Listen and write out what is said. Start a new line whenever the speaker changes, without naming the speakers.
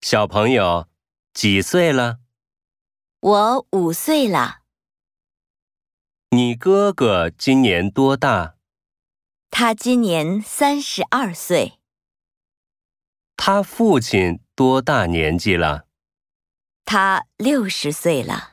小朋友几岁了？
我五岁了，
你哥哥今年多大？
他今年三十二岁，
他父亲多大年纪了？
他六十岁了。